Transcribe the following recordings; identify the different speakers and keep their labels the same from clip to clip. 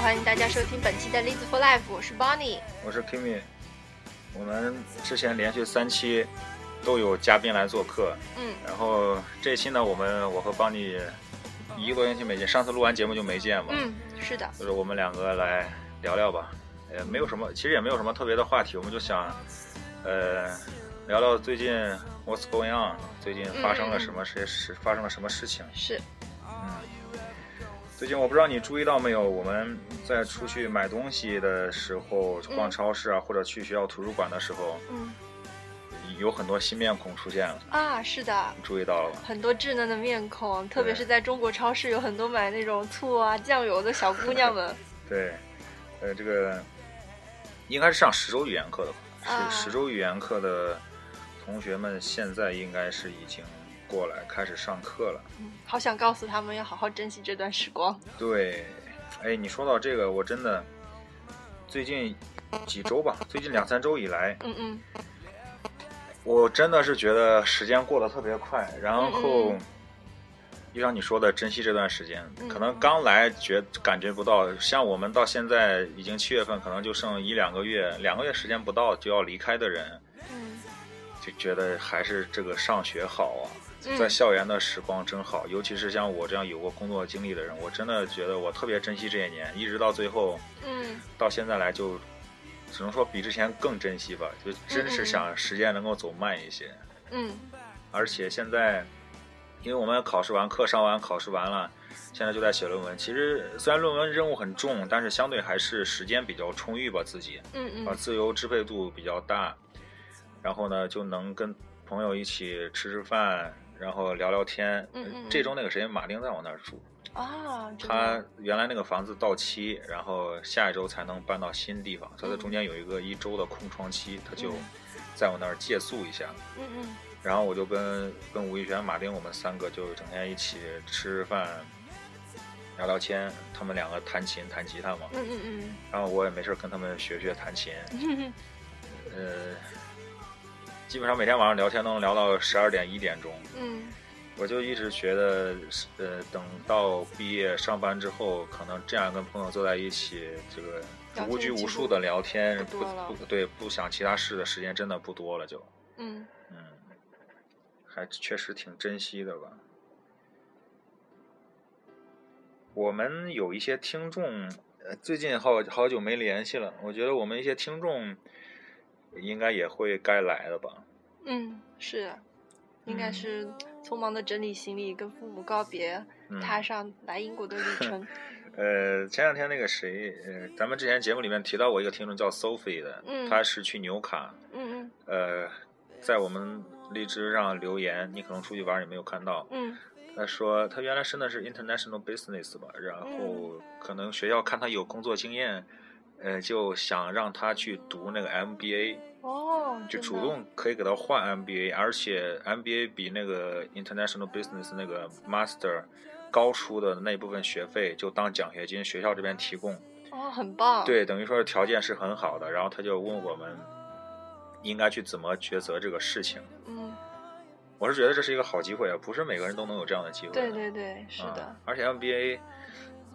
Speaker 1: 欢迎大家收听本期的《栗子 for Life》，我是 Bonnie。
Speaker 2: 我是 Kimi。我们之前连续三期都有嘉宾来做客，
Speaker 1: 嗯，
Speaker 2: 然后这一期呢，我们我和邦尼一个多星期没见，上次录完节目就没见嘛，
Speaker 1: 嗯，是的，
Speaker 2: 就是我们两个来聊聊吧，也没有什么，其实也没有什么特别的话题，我们就想，呃，聊聊最近 What's going on，最近发生了什么事，是发生了什么事情。
Speaker 1: 是，
Speaker 2: 最近我不知道你注意到没有，我们在出去买东西的时候，逛超市啊，或者去学校图书馆的时候，
Speaker 1: 嗯
Speaker 2: 有很多新面孔出现了，
Speaker 1: 啊，是的，
Speaker 2: 你注意到了吗？
Speaker 1: 很多稚嫩的面孔，特别
Speaker 2: 对
Speaker 1: 是在中国超市，有很多买那种醋啊、酱油的小姑娘 们。
Speaker 2: 对，呃，这个应该是上十周语言课的吧，是、
Speaker 1: 啊
Speaker 2: 十周语言课的同学们现在应该是已经过来开始上课了。
Speaker 1: 嗯好想告诉他们要好好珍惜这段时光。
Speaker 2: 对，哎，你说到这个，我真的最近几周吧，最近两三周以来，
Speaker 1: 嗯嗯，
Speaker 2: 我真的是觉得时间过得特别快，然后
Speaker 1: 嗯嗯。
Speaker 2: 就像你说的，珍惜这段时间，
Speaker 1: 嗯
Speaker 2: 可能刚来觉感觉不到，像我们到现在已经七月份，可能就剩一两个月，两个月时间不到就要离开的人，
Speaker 1: 嗯
Speaker 2: 就觉得还是这个上学好啊，
Speaker 1: 嗯
Speaker 2: 在校园的时光真好，尤其是像我这样有过工作经历的人，我真的觉得我特别珍惜这些年，一直到最后
Speaker 1: 嗯
Speaker 2: 到现在来就，只能说比之前更珍惜吧，就真是想时间能够走慢一些，
Speaker 1: 嗯
Speaker 2: 而且现在，因为我们考试完课上完考试完了，现在就在写论文，其实虽然论文任务很重，但是相对还是时间比较充裕吧，自己，
Speaker 1: 嗯
Speaker 2: 啊，
Speaker 1: 嗯，
Speaker 2: 自由支配度比较大，然后呢就能跟朋友一起吃吃饭，然后聊聊天。
Speaker 1: 嗯嗯嗯
Speaker 2: 这周那个谁，马丁在我那儿住，
Speaker 1: 啊，真
Speaker 2: 他
Speaker 1: 的
Speaker 2: 原来那个房子到期，然后下一周才能搬到新地方，他在中间有一个一周的空窗期，他就
Speaker 1: 嗯
Speaker 2: 在我那儿借宿一下。
Speaker 1: 嗯嗯
Speaker 2: 然后我就跟跟吴亦璇、马丁我们三个就整天一起吃饭。聊聊天，他们两个弹琴、弹吉他嘛，
Speaker 1: 嗯嗯
Speaker 2: 然后我也没事儿跟他们学学弹 琴，
Speaker 1: 嗯，
Speaker 2: 呃，基本上每天晚上聊天都能聊到十二点一点钟。
Speaker 1: 嗯
Speaker 2: 我就一直觉得，呃，等到毕业上班之后，可能这样跟朋友坐在一起，这个
Speaker 1: 聊天
Speaker 2: 无拘
Speaker 1: 记
Speaker 2: 无
Speaker 1: 录
Speaker 2: 束的聊天，
Speaker 1: 不多了
Speaker 2: 不不对，不想其他事的时间真的不多了就，
Speaker 1: 嗯
Speaker 2: 嗯，还确实挺珍惜的吧。我们有一些听众，呃，最近好好久没联系了，我觉得我们一些听众应该也会该来了吧。
Speaker 1: 嗯，是的，应该
Speaker 2: 嗯
Speaker 1: 是匆忙的整理行李，跟父母告别，
Speaker 2: 嗯
Speaker 1: 踏上来英国的旅 程。
Speaker 2: 呃，前两天那个谁，呃，咱们之前节目里面提到过一个听众叫 Sophie 的，
Speaker 1: 嗯
Speaker 2: 他是去纽卡，
Speaker 1: 嗯
Speaker 2: 呃，在我们荔枝上留言，你可能出去玩也没有看到。
Speaker 1: 嗯
Speaker 2: 他说他原来申的是 International Business 吧，然
Speaker 1: 嗯
Speaker 2: 后可能学校看他有工作经验，呃，就想让他去读那个 MBA，
Speaker 1: 嗯，哦，
Speaker 2: 就
Speaker 1: 真
Speaker 2: 主
Speaker 1: 的
Speaker 2: 动可以给他换 MBA，而且 MBA 比那个 International Business 那个 Master 高出的那部分学费就当奖学金，学校这边提供。
Speaker 1: 哦，很棒。，
Speaker 2: 对，等于说是条件是很好的。然后他就问我们应该去怎么抉择这个事情。
Speaker 1: 嗯，
Speaker 2: 我是觉得这是一个好机会啊，不是每个人都能有这样的机会的。
Speaker 1: 对对对，是的
Speaker 2: 啊，。而且 MBA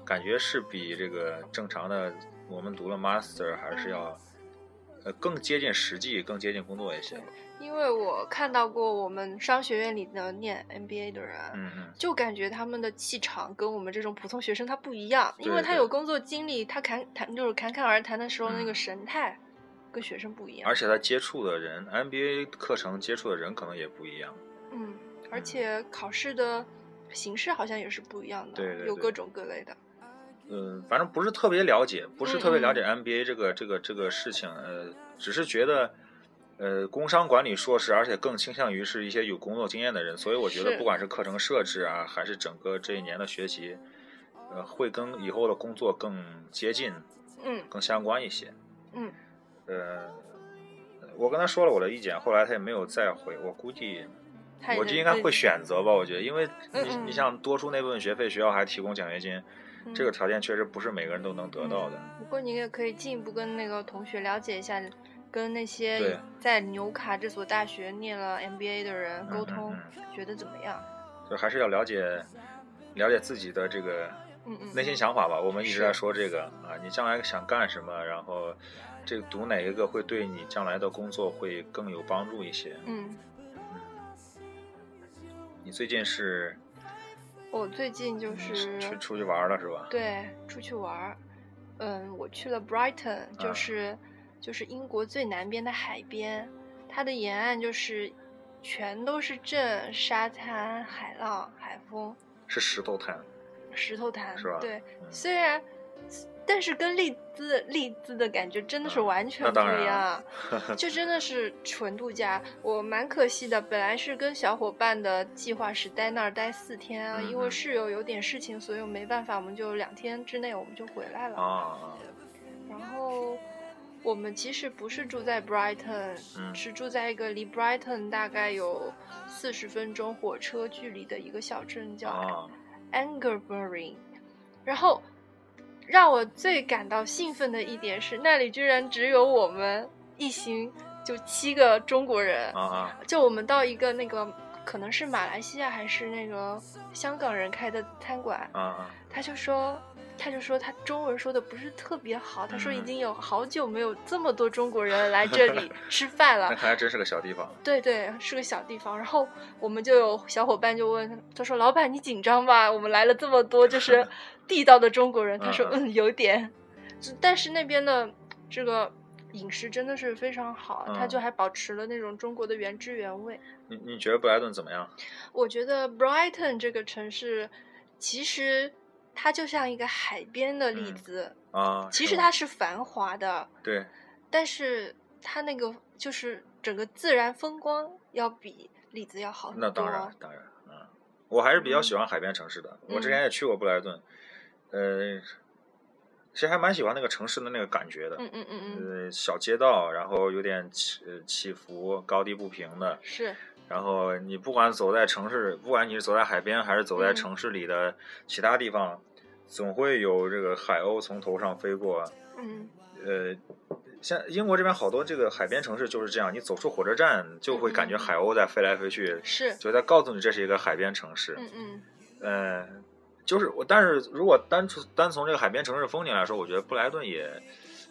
Speaker 2: 感觉是比这个正常的我们读了 Master 还是要呃更接近实际、更接近工作一些吧。
Speaker 1: 因为我看到过我们商学院里的念 MBA 的人，啊
Speaker 2: 嗯嗯。
Speaker 1: 就感觉他们的气场跟我们这种普通学生他不一样，因为
Speaker 2: 对
Speaker 1: 他
Speaker 2: 对
Speaker 1: 有工作经历，他侃侃就是侃侃而谈的时候那
Speaker 2: 嗯
Speaker 1: 个神态，跟学生不一样
Speaker 2: 而。且他接触的人，MBA 课程接触的人可能也不一样。
Speaker 1: 嗯，而且考试的形式好像也是不一样的，
Speaker 2: 对对
Speaker 1: 有
Speaker 2: 对
Speaker 1: 各种各类的。
Speaker 2: 嗯，反正不是特别了解，不是特
Speaker 1: 嗯
Speaker 2: 别了解 MBA 这个这个这个事情，呃，只是觉得，呃，工商管理硕士，而且更倾向于是一些有工作经验的人，所以我觉得
Speaker 1: 是
Speaker 2: 不管是课程设置啊，还是整个这一年的学习，呃，会跟以后的工作更接近、
Speaker 1: 嗯
Speaker 2: 更相关一些。
Speaker 1: 嗯
Speaker 2: 呃，我跟他说了我的意见，后来他也没有再回，我估计
Speaker 1: 他也
Speaker 2: 我
Speaker 1: 是
Speaker 2: 就应该
Speaker 1: 对
Speaker 2: 会选择吧，我觉得，因为你
Speaker 1: 嗯嗯
Speaker 2: 你像多出那部分学费，学校还提供奖学金，
Speaker 1: 嗯
Speaker 2: 这个条件确实不是每个人都能得到的。
Speaker 1: 不过你也可以进一步跟那个同学了解一下，跟那
Speaker 2: 对
Speaker 1: 些在纽卡这所大学念了 MBA 的人沟通，
Speaker 2: 嗯嗯
Speaker 1: 觉得怎么样？
Speaker 2: 就还是要了解了解自己的这个
Speaker 1: 嗯嗯，
Speaker 2: 内心想法吧。我们一直在说这个啊，你将来想干什么，然后这个读哪一个会对你将来的工作会更有帮助一些。
Speaker 1: 嗯，
Speaker 2: 你最近是
Speaker 1: 我最近就是
Speaker 2: 去出去玩嗯了是吧？
Speaker 1: 对出去玩儿，嗯，我去了 Brighton，就是、
Speaker 2: 嗯
Speaker 1: 就是英国最南边的海边，它的沿岸就是全都是镇、沙滩、海浪、海风、
Speaker 2: 是石头滩，
Speaker 1: 石头滩
Speaker 2: 是吧，
Speaker 1: 对，
Speaker 2: 嗯
Speaker 1: 虽然。但是跟利兹利兹的感觉真的是
Speaker 2: 嗯
Speaker 1: 完全
Speaker 2: 那
Speaker 1: 不
Speaker 2: 当然
Speaker 1: 一样，
Speaker 2: 啊
Speaker 1: 这 真的是纯度假，我蛮可惜的。本来是跟小伙伴的计划是待那儿待四天啊，
Speaker 2: 嗯
Speaker 1: 因为室友有点事情，所以我没办法，我们就两天之内我们就回来了。
Speaker 2: 啊啊，
Speaker 1: 然后我们其实不是住在 Brighton，、
Speaker 2: 嗯
Speaker 1: 是住在一个离 Brighton 大概有四十分钟火车距离的一个小镇，叫
Speaker 2: 啊
Speaker 1: Angerbury，然后让我最感到兴奋的一点是，那里居然只有我们一行就七个中国人
Speaker 2: 啊，啊
Speaker 1: 就我们到一个那个可能是马来西亚还是那个香港人开的餐馆，
Speaker 2: 啊啊！
Speaker 1: 他就说。他就说他中文说的不是特别好，他说已
Speaker 2: 嗯
Speaker 1: 经有好久没有这么多中国人来这里吃饭了
Speaker 2: 那，看来真是个小地方。
Speaker 1: 对对，是个小地方。然后我们就有小伙伴就问他说：“老板，你紧张吧？我们来了这么多，就是 地道的中国人。”他说：“
Speaker 2: 嗯
Speaker 1: 嗯，有点。”但是那边的这个饮食真的是非常好，他
Speaker 2: 嗯
Speaker 1: 就还保持了那种中国的原汁原味。
Speaker 2: 你你觉得布莱顿怎么样？
Speaker 1: 我觉得 Brighton 这个城市，其实它就像一个海边的例
Speaker 2: 嗯
Speaker 1: 子，
Speaker 2: 啊，
Speaker 1: 其
Speaker 2: 是
Speaker 1: 实
Speaker 2: 吗
Speaker 1: 它是繁华的，
Speaker 2: 对
Speaker 1: 但是它那个就是整个自然风光要比栗子要好很多。
Speaker 2: 那当然，当然，嗯，我还是比较喜欢海边城市的。我
Speaker 1: 嗯
Speaker 2: 之前也去过布莱顿，呃，其实还蛮喜欢那个城市的那个感觉的。
Speaker 1: 嗯嗯嗯嗯，
Speaker 2: 呃，小街道，然后有点起呃起伏、高低不平的。
Speaker 1: 是，
Speaker 2: 然后你不管走在城市，不管你是走在海边还是走在
Speaker 1: 嗯
Speaker 2: 城市里的其他地方，总会有这个海鸥从头上飞过。
Speaker 1: 嗯
Speaker 2: 呃，像英国这边好多这个海边城市就是这样，你走出火车站就会感觉
Speaker 1: 嗯
Speaker 2: 海鸥在飞来飞去，
Speaker 1: 是，
Speaker 2: 就在告诉你这是一个海边城市。
Speaker 1: 嗯嗯
Speaker 2: 呃，就是我，但是如果单纯单从这个海边城市风景来说，我觉得布莱顿也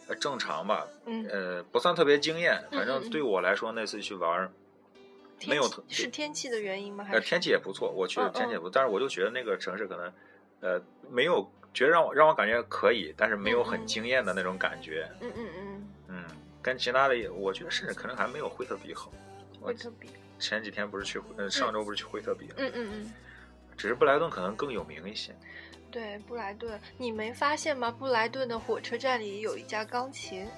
Speaker 2: 呃正常吧，
Speaker 1: 嗯，
Speaker 2: 呃，不算特别惊艳。反
Speaker 1: 嗯嗯
Speaker 2: 正
Speaker 1: 嗯
Speaker 2: 对我来说，那次去玩儿，
Speaker 1: 天
Speaker 2: 没有
Speaker 1: 气
Speaker 2: 特
Speaker 1: 是天气的原因吗？还
Speaker 2: 呃，
Speaker 1: 是
Speaker 2: 天气也不错，我去
Speaker 1: 嗯
Speaker 2: 天气也不错，但是我就觉得那个城市可能，呃，没有觉得让我让我感觉可以，但是没有
Speaker 1: 嗯嗯
Speaker 2: 很惊艳的那种感觉。
Speaker 1: 嗯嗯嗯，
Speaker 2: 嗯，跟其他的也，我觉得甚至可能还没有惠特比好。我
Speaker 1: 惠特比，
Speaker 2: 前几天不是去，呃，上周不是去惠特比了，
Speaker 1: 嗯嗯
Speaker 2: 只是布莱顿可能更有名一些。
Speaker 1: 嗯，对，布莱顿，你没发现吗？布莱顿的火车站里有一架钢琴，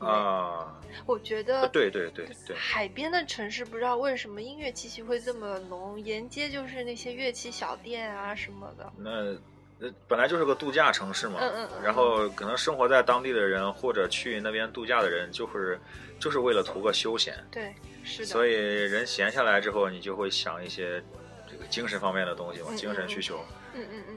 Speaker 2: 啊，
Speaker 1: 我觉
Speaker 2: 呃
Speaker 1: 得。
Speaker 2: 对对对对，
Speaker 1: 海边的城市不知道为什么音乐气息会这么浓，沿街就是那些乐器小店啊什么的。
Speaker 2: 那呃本来就是个度假城市嘛，
Speaker 1: 嗯嗯嗯
Speaker 2: 然后可能生活在当地的人或者去那边度假的人，就是就是为了图个休闲，
Speaker 1: 对，是的。
Speaker 2: 所
Speaker 1: 以，
Speaker 2: 以人闲下来之后，你就会想一些这个精神方面的东西嘛，
Speaker 1: 嗯嗯
Speaker 2: 精神需求。
Speaker 1: 嗯嗯嗯。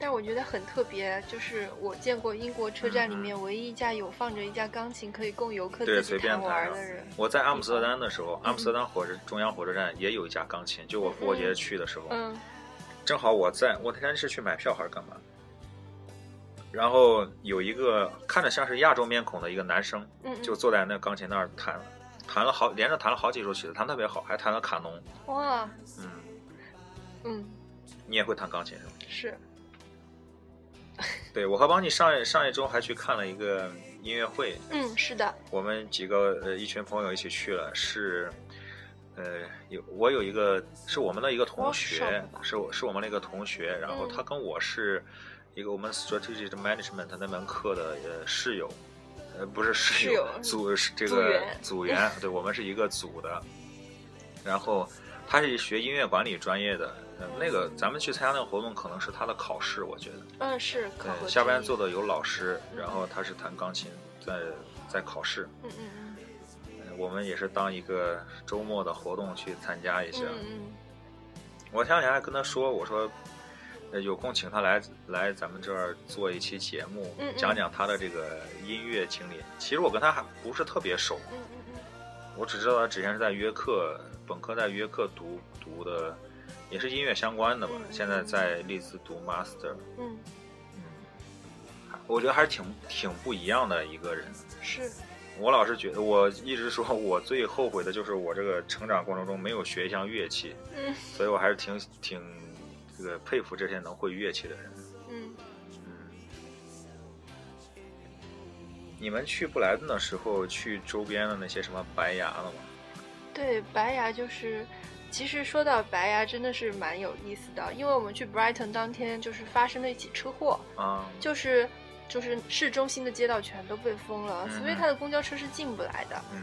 Speaker 1: 但我觉得很特别，就是我见过英国车站里面唯一一架有放着一架钢琴可以供游客
Speaker 2: 嗯对
Speaker 1: 自己
Speaker 2: 随便
Speaker 1: 弹玩儿
Speaker 2: 弹啊
Speaker 1: 的人。
Speaker 2: 我在阿姆斯特丹的时
Speaker 1: 嗯
Speaker 2: 候，阿姆斯特丹火车中央火车站也有一架钢琴，就我复活节去的时候，
Speaker 1: 嗯
Speaker 2: 正好我在我那天是去买票还是干嘛，然后有一个看着像是亚洲面孔的一个男生，
Speaker 1: 嗯嗯，
Speaker 2: 就坐在那钢琴那儿弹，弹了好连着弹了好几首曲子，弹特别好，还弹了卡农。
Speaker 1: 哇，
Speaker 2: 嗯，
Speaker 1: 嗯，
Speaker 2: 你也会弹钢琴是吗？
Speaker 1: 是，
Speaker 2: 对，我和邦尼上一上一周还去看了一个音乐会，
Speaker 1: 嗯，是的，
Speaker 2: 我们几个呃一群朋友一起去了，是。呃，有我有一个是我们的一个同
Speaker 1: Workshop
Speaker 2: 学
Speaker 1: 吧，
Speaker 2: 是我是我们的一个同学，然后
Speaker 1: 哦嗯
Speaker 2: 他跟我是一个我们 strategic management 那门课的呃室友，呃不是室
Speaker 1: 室友
Speaker 2: 组是这
Speaker 1: 组
Speaker 2: 个
Speaker 1: 员
Speaker 2: 组员，对我们是一个组的，然后他是学音乐管理专业的，呃那个咱们去参加那个活动可能是他的考试，我觉得，
Speaker 1: 嗯，是考核
Speaker 2: 对，下边
Speaker 1: 之一
Speaker 2: 坐，的有老师，
Speaker 1: 嗯
Speaker 2: 然后他是弹钢琴，在在考试。
Speaker 1: 嗯嗯嗯
Speaker 2: 呃我们也是当一个周末的活动去参加一下。
Speaker 1: 嗯嗯，
Speaker 2: 我前两天还跟他说，我说呃有空请他来来咱们这儿做一期节目，
Speaker 1: 嗯嗯
Speaker 2: 讲讲他的这个音乐经历。其实我跟他还不是特别熟，
Speaker 1: 嗯嗯嗯
Speaker 2: 我只知道他之前是在约克本科在约克读读的也是音乐相关的吧。现在在利兹读 master，
Speaker 1: 嗯，
Speaker 2: 我觉得还是挺挺不一样的一个人。
Speaker 1: 嗯是，
Speaker 2: 我老是觉得，我一直说我最后悔的就是我这个成长过程中没有学一项乐器，
Speaker 1: 嗯
Speaker 2: 所以我还是挺挺这个佩服这些能会乐器的人。
Speaker 1: 嗯，
Speaker 2: 你们去布莱顿的时候，去周边的那些什么白崖了吗？
Speaker 1: 对，白崖就是，其实说到白崖真的是蛮有意思的，因为我们去 Brighton 当天就是发生了一起车祸，
Speaker 2: 啊，
Speaker 1: 就是就是市中心的街道全都被封了，
Speaker 2: 嗯
Speaker 1: 所以他的公交车是进不来的。
Speaker 2: 嗯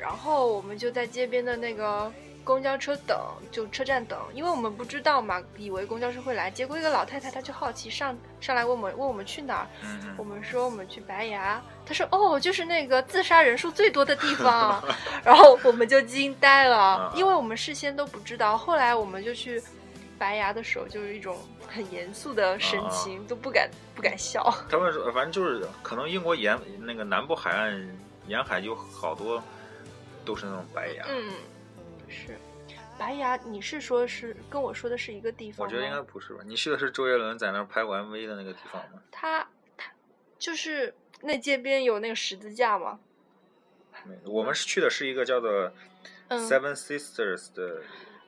Speaker 1: 然后我们就在街边的那个公交车等，就车站等，因为我们不知道嘛，以为公交车会来，结果一个老太太她就好奇上上来问我们问我们去哪儿，
Speaker 2: 嗯
Speaker 1: 我
Speaker 2: 嗯，
Speaker 1: 们说我们去白崖，她说哦，就是那个自杀人数最多的地方，然后我们就惊呆了
Speaker 2: 啊，
Speaker 1: 因为我们事先都不知道，后来我们就去。白崖的时候，就是一种很严肃的神情，都不敢不敢笑。
Speaker 2: 他们说，反正就是可能英国沿那个南部海岸沿海有好多都是那种白崖，
Speaker 1: 嗯，是白崖，你是说是跟我说的是一个地方吗？
Speaker 2: 我觉得应该不是吧？你去的是周杰伦在那儿拍过 MV 的那个地方吗？
Speaker 1: 他他就是那街边有那个十字架嘛，
Speaker 2: 没我们是去的是一个叫做
Speaker 1: 嗯
Speaker 2: Seven Sisters 的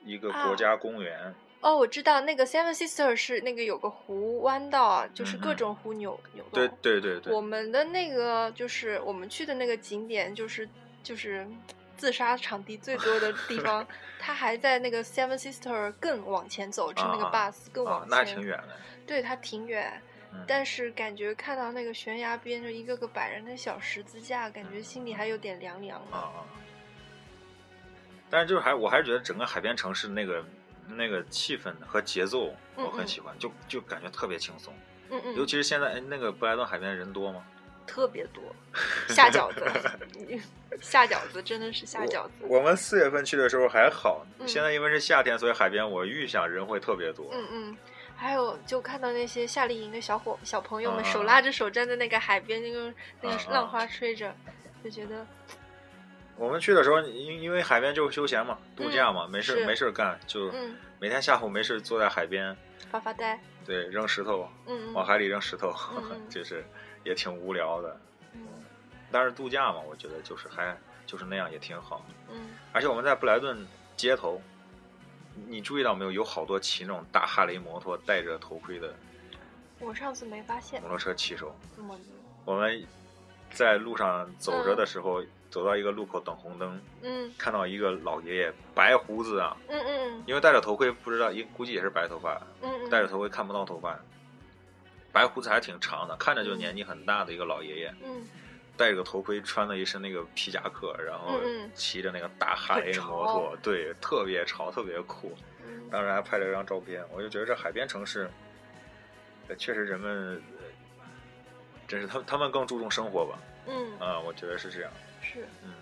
Speaker 2: 一个国家公园，
Speaker 1: 哦，我知道那个 Seven Sister 是那个有个湖弯道啊，就是
Speaker 2: 嗯
Speaker 1: 各
Speaker 2: 嗯
Speaker 1: 种湖扭扭动。
Speaker 2: 对对对
Speaker 1: 我
Speaker 2: 对，
Speaker 1: 们的那个就是我们去的那个景点，就是就是自杀场地最多的地 方，它还在那个 Seven Sister 更往前走，是那个
Speaker 2: 啊啊
Speaker 1: bus 更
Speaker 2: 啊
Speaker 1: 往前，，
Speaker 2: 那还挺远的。
Speaker 1: 对，它挺远。
Speaker 2: 嗯
Speaker 1: 但是感觉看到那个悬崖边就一个个摆着那小十字架，感觉心里还有点凉凉
Speaker 2: 啊
Speaker 1: 的。
Speaker 2: 啊！但是就是还，我还是觉得整个海边城市那个那个气氛和节奏，
Speaker 1: 嗯
Speaker 2: 我很
Speaker 1: 嗯
Speaker 2: 喜欢，就就感觉特别轻松。
Speaker 1: 嗯嗯，
Speaker 2: 尤其是现在，哎，那个布莱顿海边人多吗？
Speaker 1: 特别 多，下饺子，下饺子真的是下饺子。
Speaker 2: 我们四月份去的时候还好，
Speaker 1: 嗯
Speaker 2: 现在因为是夏天，所以海边我预想人会特别多。
Speaker 1: 嗯嗯，还有就看到那些夏令营的小伙小朋友们
Speaker 2: 啊
Speaker 1: 手拉着手站在那个海边，那个那
Speaker 2: 啊
Speaker 1: 个
Speaker 2: 啊
Speaker 1: 浪花吹着，就觉得
Speaker 2: 我们去的时候，因因为海边就是休闲嘛，度假嘛，没事
Speaker 1: 嗯是
Speaker 2: 没事干，就
Speaker 1: 嗯
Speaker 2: 每天下午没事坐在海边，
Speaker 1: 发发呆。
Speaker 2: 对，扔石头，
Speaker 1: 嗯
Speaker 2: 往
Speaker 1: 嗯
Speaker 2: 海里扔石头，
Speaker 1: 嗯嗯
Speaker 2: 就是也挺无聊的。
Speaker 1: 嗯
Speaker 2: 但是度假嘛，我觉得就是还就是那样也挺好。
Speaker 1: 嗯，
Speaker 2: 而且我们在布莱顿街头，你注意到没有？有好多骑那种大哈雷摩托、戴着头盔的
Speaker 1: 我上次没发现
Speaker 2: 摩，托车骑手。
Speaker 1: 我
Speaker 2: 我们在路上走着的时候，走到一个路口等红灯，
Speaker 1: 嗯
Speaker 2: 看到一个老爷爷，白胡子啊，
Speaker 1: 嗯嗯
Speaker 2: 因为戴着头盔，不知道，也估计也是白头发，
Speaker 1: 嗯嗯，
Speaker 2: 戴着头盔看不到头发。白胡子还挺长的，看着就年纪很大的一个老爷爷，
Speaker 1: 嗯
Speaker 2: 戴着个头盔，穿了一身那个皮夹克，然后
Speaker 1: 嗯嗯
Speaker 2: 骑着那个大哈雷摩托，对，特别潮，特别酷。
Speaker 1: 嗯
Speaker 2: 当时还拍了一张照片，我就觉得这海边城市，呃确实人们，呃真是他们他们更注重生活吧，
Speaker 1: 嗯
Speaker 2: 啊、我觉得是这样。
Speaker 1: 是
Speaker 2: 嗯，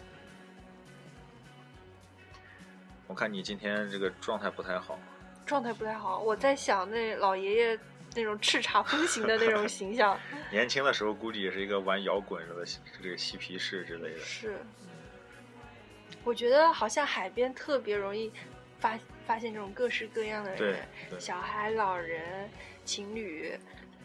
Speaker 2: 我看你今天这个状态不太好，
Speaker 1: 状态不太好，我在想那老爷爷那种叱咤风行的那种形象
Speaker 2: 年轻的时候估计也是一个玩摇滚什么的这个嬉皮士之类的。
Speaker 1: 是。嗯我觉得好像海边特别容易发发现这种各式各样的
Speaker 2: 对
Speaker 1: 人，
Speaker 2: 对
Speaker 1: 小孩、老人、情侣，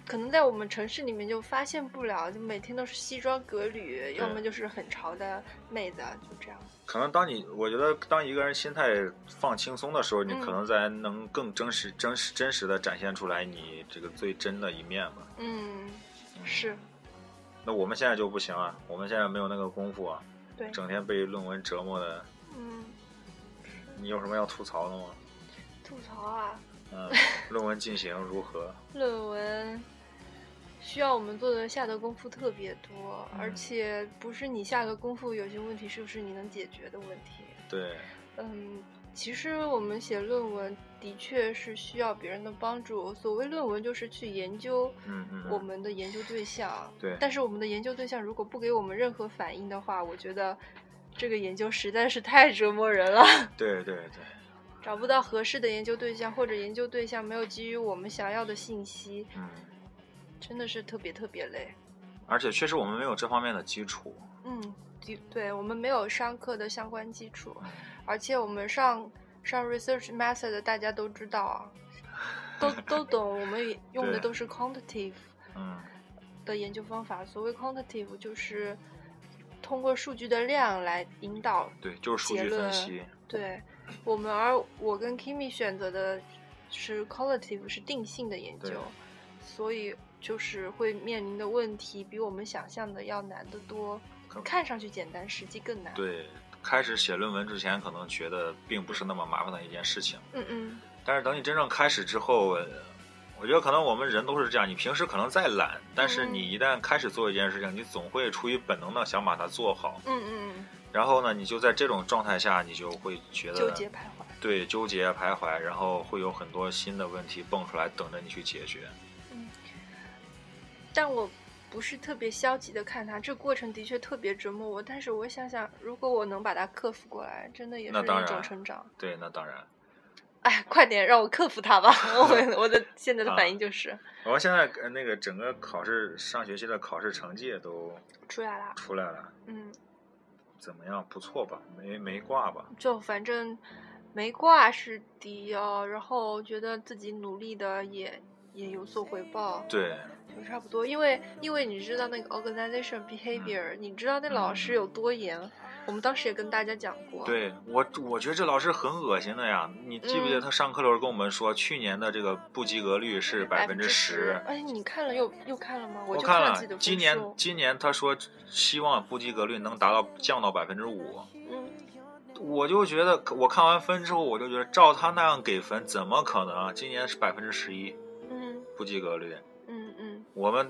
Speaker 1: 可能在我们城市里面就发现不了，就每天都是西装革履，要么就是很潮的妹子，就这样。
Speaker 2: 可能当你我觉得当一个人心态放轻松的时候，你
Speaker 1: 嗯
Speaker 2: 可能才能更真实、真实、真实的展现出来你这个最真的一面吧。
Speaker 1: 嗯，是
Speaker 2: 那我们现在就不行啊，我们现在没有那个功夫啊，
Speaker 1: 对，
Speaker 2: 整天被论文折磨的。
Speaker 1: 嗯，
Speaker 2: 你有什么要吐槽的吗？
Speaker 1: 吐槽啊，
Speaker 2: 嗯，论文进行如何？
Speaker 1: 论文需要我们做的下的功夫特别多，
Speaker 2: 嗯
Speaker 1: 而且不是你下的功夫，有些问题是不是你能解决的问题。
Speaker 2: 对，
Speaker 1: 嗯，其实我们写论文的确是需要别人的帮助。所谓论文，就是去研究
Speaker 2: 嗯嗯，
Speaker 1: 我
Speaker 2: 嗯
Speaker 1: 们的研究对象。
Speaker 2: 对
Speaker 1: 但是我们的研究对象如果不给我们任何反应的话，我觉得这个研究实在是太折磨人了。
Speaker 2: 对对对，
Speaker 1: 找不到合适的研究对象，或者研究对象没有给予我们想要的信息，
Speaker 2: 嗯，
Speaker 1: 真的是特别特别累。
Speaker 2: 而且确实我们没有这方面的基础。
Speaker 1: 嗯，对，对我们没有上课的相关基础，而且我们上上 research method 大家都知道啊，都都懂。我们也用的
Speaker 2: 对
Speaker 1: 都是 quantitative
Speaker 2: 嗯
Speaker 1: 的研究方法。所谓 quantitative 就是通过数据的量来引导
Speaker 2: 对，就是数
Speaker 1: 结
Speaker 2: 据分
Speaker 1: 论
Speaker 2: 析，
Speaker 1: 对我们，而我跟 Kimi 选择的是 qualitative，是定性的研
Speaker 2: 对
Speaker 1: 究，所以就是会面临的问题比我们想象的要难得多
Speaker 2: 可。
Speaker 1: 看上去简单，实际更难。
Speaker 2: 对。开始写论文之前，可能觉得并不是那么麻烦的一件事情，
Speaker 1: 嗯嗯，
Speaker 2: 但是等你真正开始之后，呃我觉得可能我们人都是这样，你平时可能再懒，但是
Speaker 1: 嗯
Speaker 2: 你一旦开始做一件事情，你总会出于本能的想把它做好，
Speaker 1: 嗯嗯
Speaker 2: 然后呢，你就在这种状态下，你就会觉
Speaker 1: 嗯，
Speaker 2: 得
Speaker 1: 纠结徘徊。
Speaker 2: 对纠结啊徘徊，然后会有很多新的问题蹦出来等着你去解决。
Speaker 1: 但我不是特别消极的看它，这过程的确特别折磨我。但是我想想，如果我能把它克服过来，真的也是
Speaker 2: 那当
Speaker 1: 一种
Speaker 2: 然
Speaker 1: 成长。
Speaker 2: 对，那当然，
Speaker 1: 哎，快点让我克服它吧！ 我我的现在的
Speaker 2: 啊
Speaker 1: 反应就是
Speaker 2: 我们现在呃那个整个考试上学期的考试成绩也都
Speaker 1: 出来啦。
Speaker 2: 出来了，
Speaker 1: 嗯，
Speaker 2: 怎么样？不错吧？没没挂吧？
Speaker 1: 就反正没挂是第一哦，然后觉得自己努力的也也有所回报，
Speaker 2: 对，
Speaker 1: 就差不多。因为因为你知道那个 organization
Speaker 2: 嗯
Speaker 1: behavior，、你知道那老师有多严，我们当时也跟大家讲过。，
Speaker 2: 对我我觉得这老师很恶心的呀！你记不记得
Speaker 1: 嗯
Speaker 2: 他上课的时候跟我们说，去年的这个不及格率是百分之
Speaker 1: 十
Speaker 2: 十。。
Speaker 1: 哎，你看了又又看了吗？
Speaker 2: 我
Speaker 1: 就
Speaker 2: 看
Speaker 1: 看
Speaker 2: 了
Speaker 1: 自己的，分
Speaker 2: 今年
Speaker 1: 数
Speaker 2: 今年他说希望不及格率能达到降到百分之五。
Speaker 1: 嗯，
Speaker 2: 我就觉得，我看完分之后，我就觉得照他那样给分，怎么可能？啊今年是百分之十一
Speaker 1: 嗯
Speaker 2: 不及格率，
Speaker 1: 嗯嗯，
Speaker 2: 我们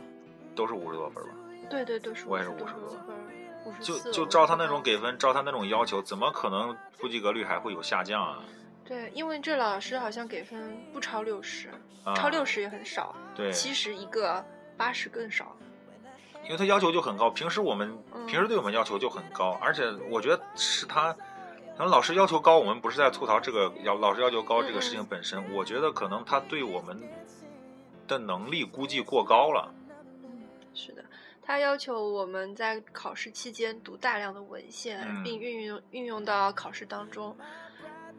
Speaker 2: 都是五十多分吧？
Speaker 1: 对对对，是
Speaker 2: 我也是
Speaker 1: 50
Speaker 2: 50多
Speaker 1: 多分儿，五十
Speaker 2: 就
Speaker 1: 四，
Speaker 2: 就照他那种给分，照他那种要求，怎么可能不及格率还会有下降啊？
Speaker 1: 对，因为这老师好像给分不超六十、
Speaker 2: 啊
Speaker 1: 超六十也很少。
Speaker 2: 对，
Speaker 1: 七十一个，八十更少。
Speaker 2: 因为他要求就很高，平时我们
Speaker 1: 嗯
Speaker 2: 平时对我们要求就很高，而且我觉得是他。可能老师要求高，我们不是在吐槽这个要老师要求高这个事
Speaker 1: 嗯
Speaker 2: 情本身，我觉得可能他对我们的能力估计过高了。
Speaker 1: 是的，他要求我们在考试期间读大量的文献，
Speaker 2: 嗯
Speaker 1: 并运用运用到考试当中。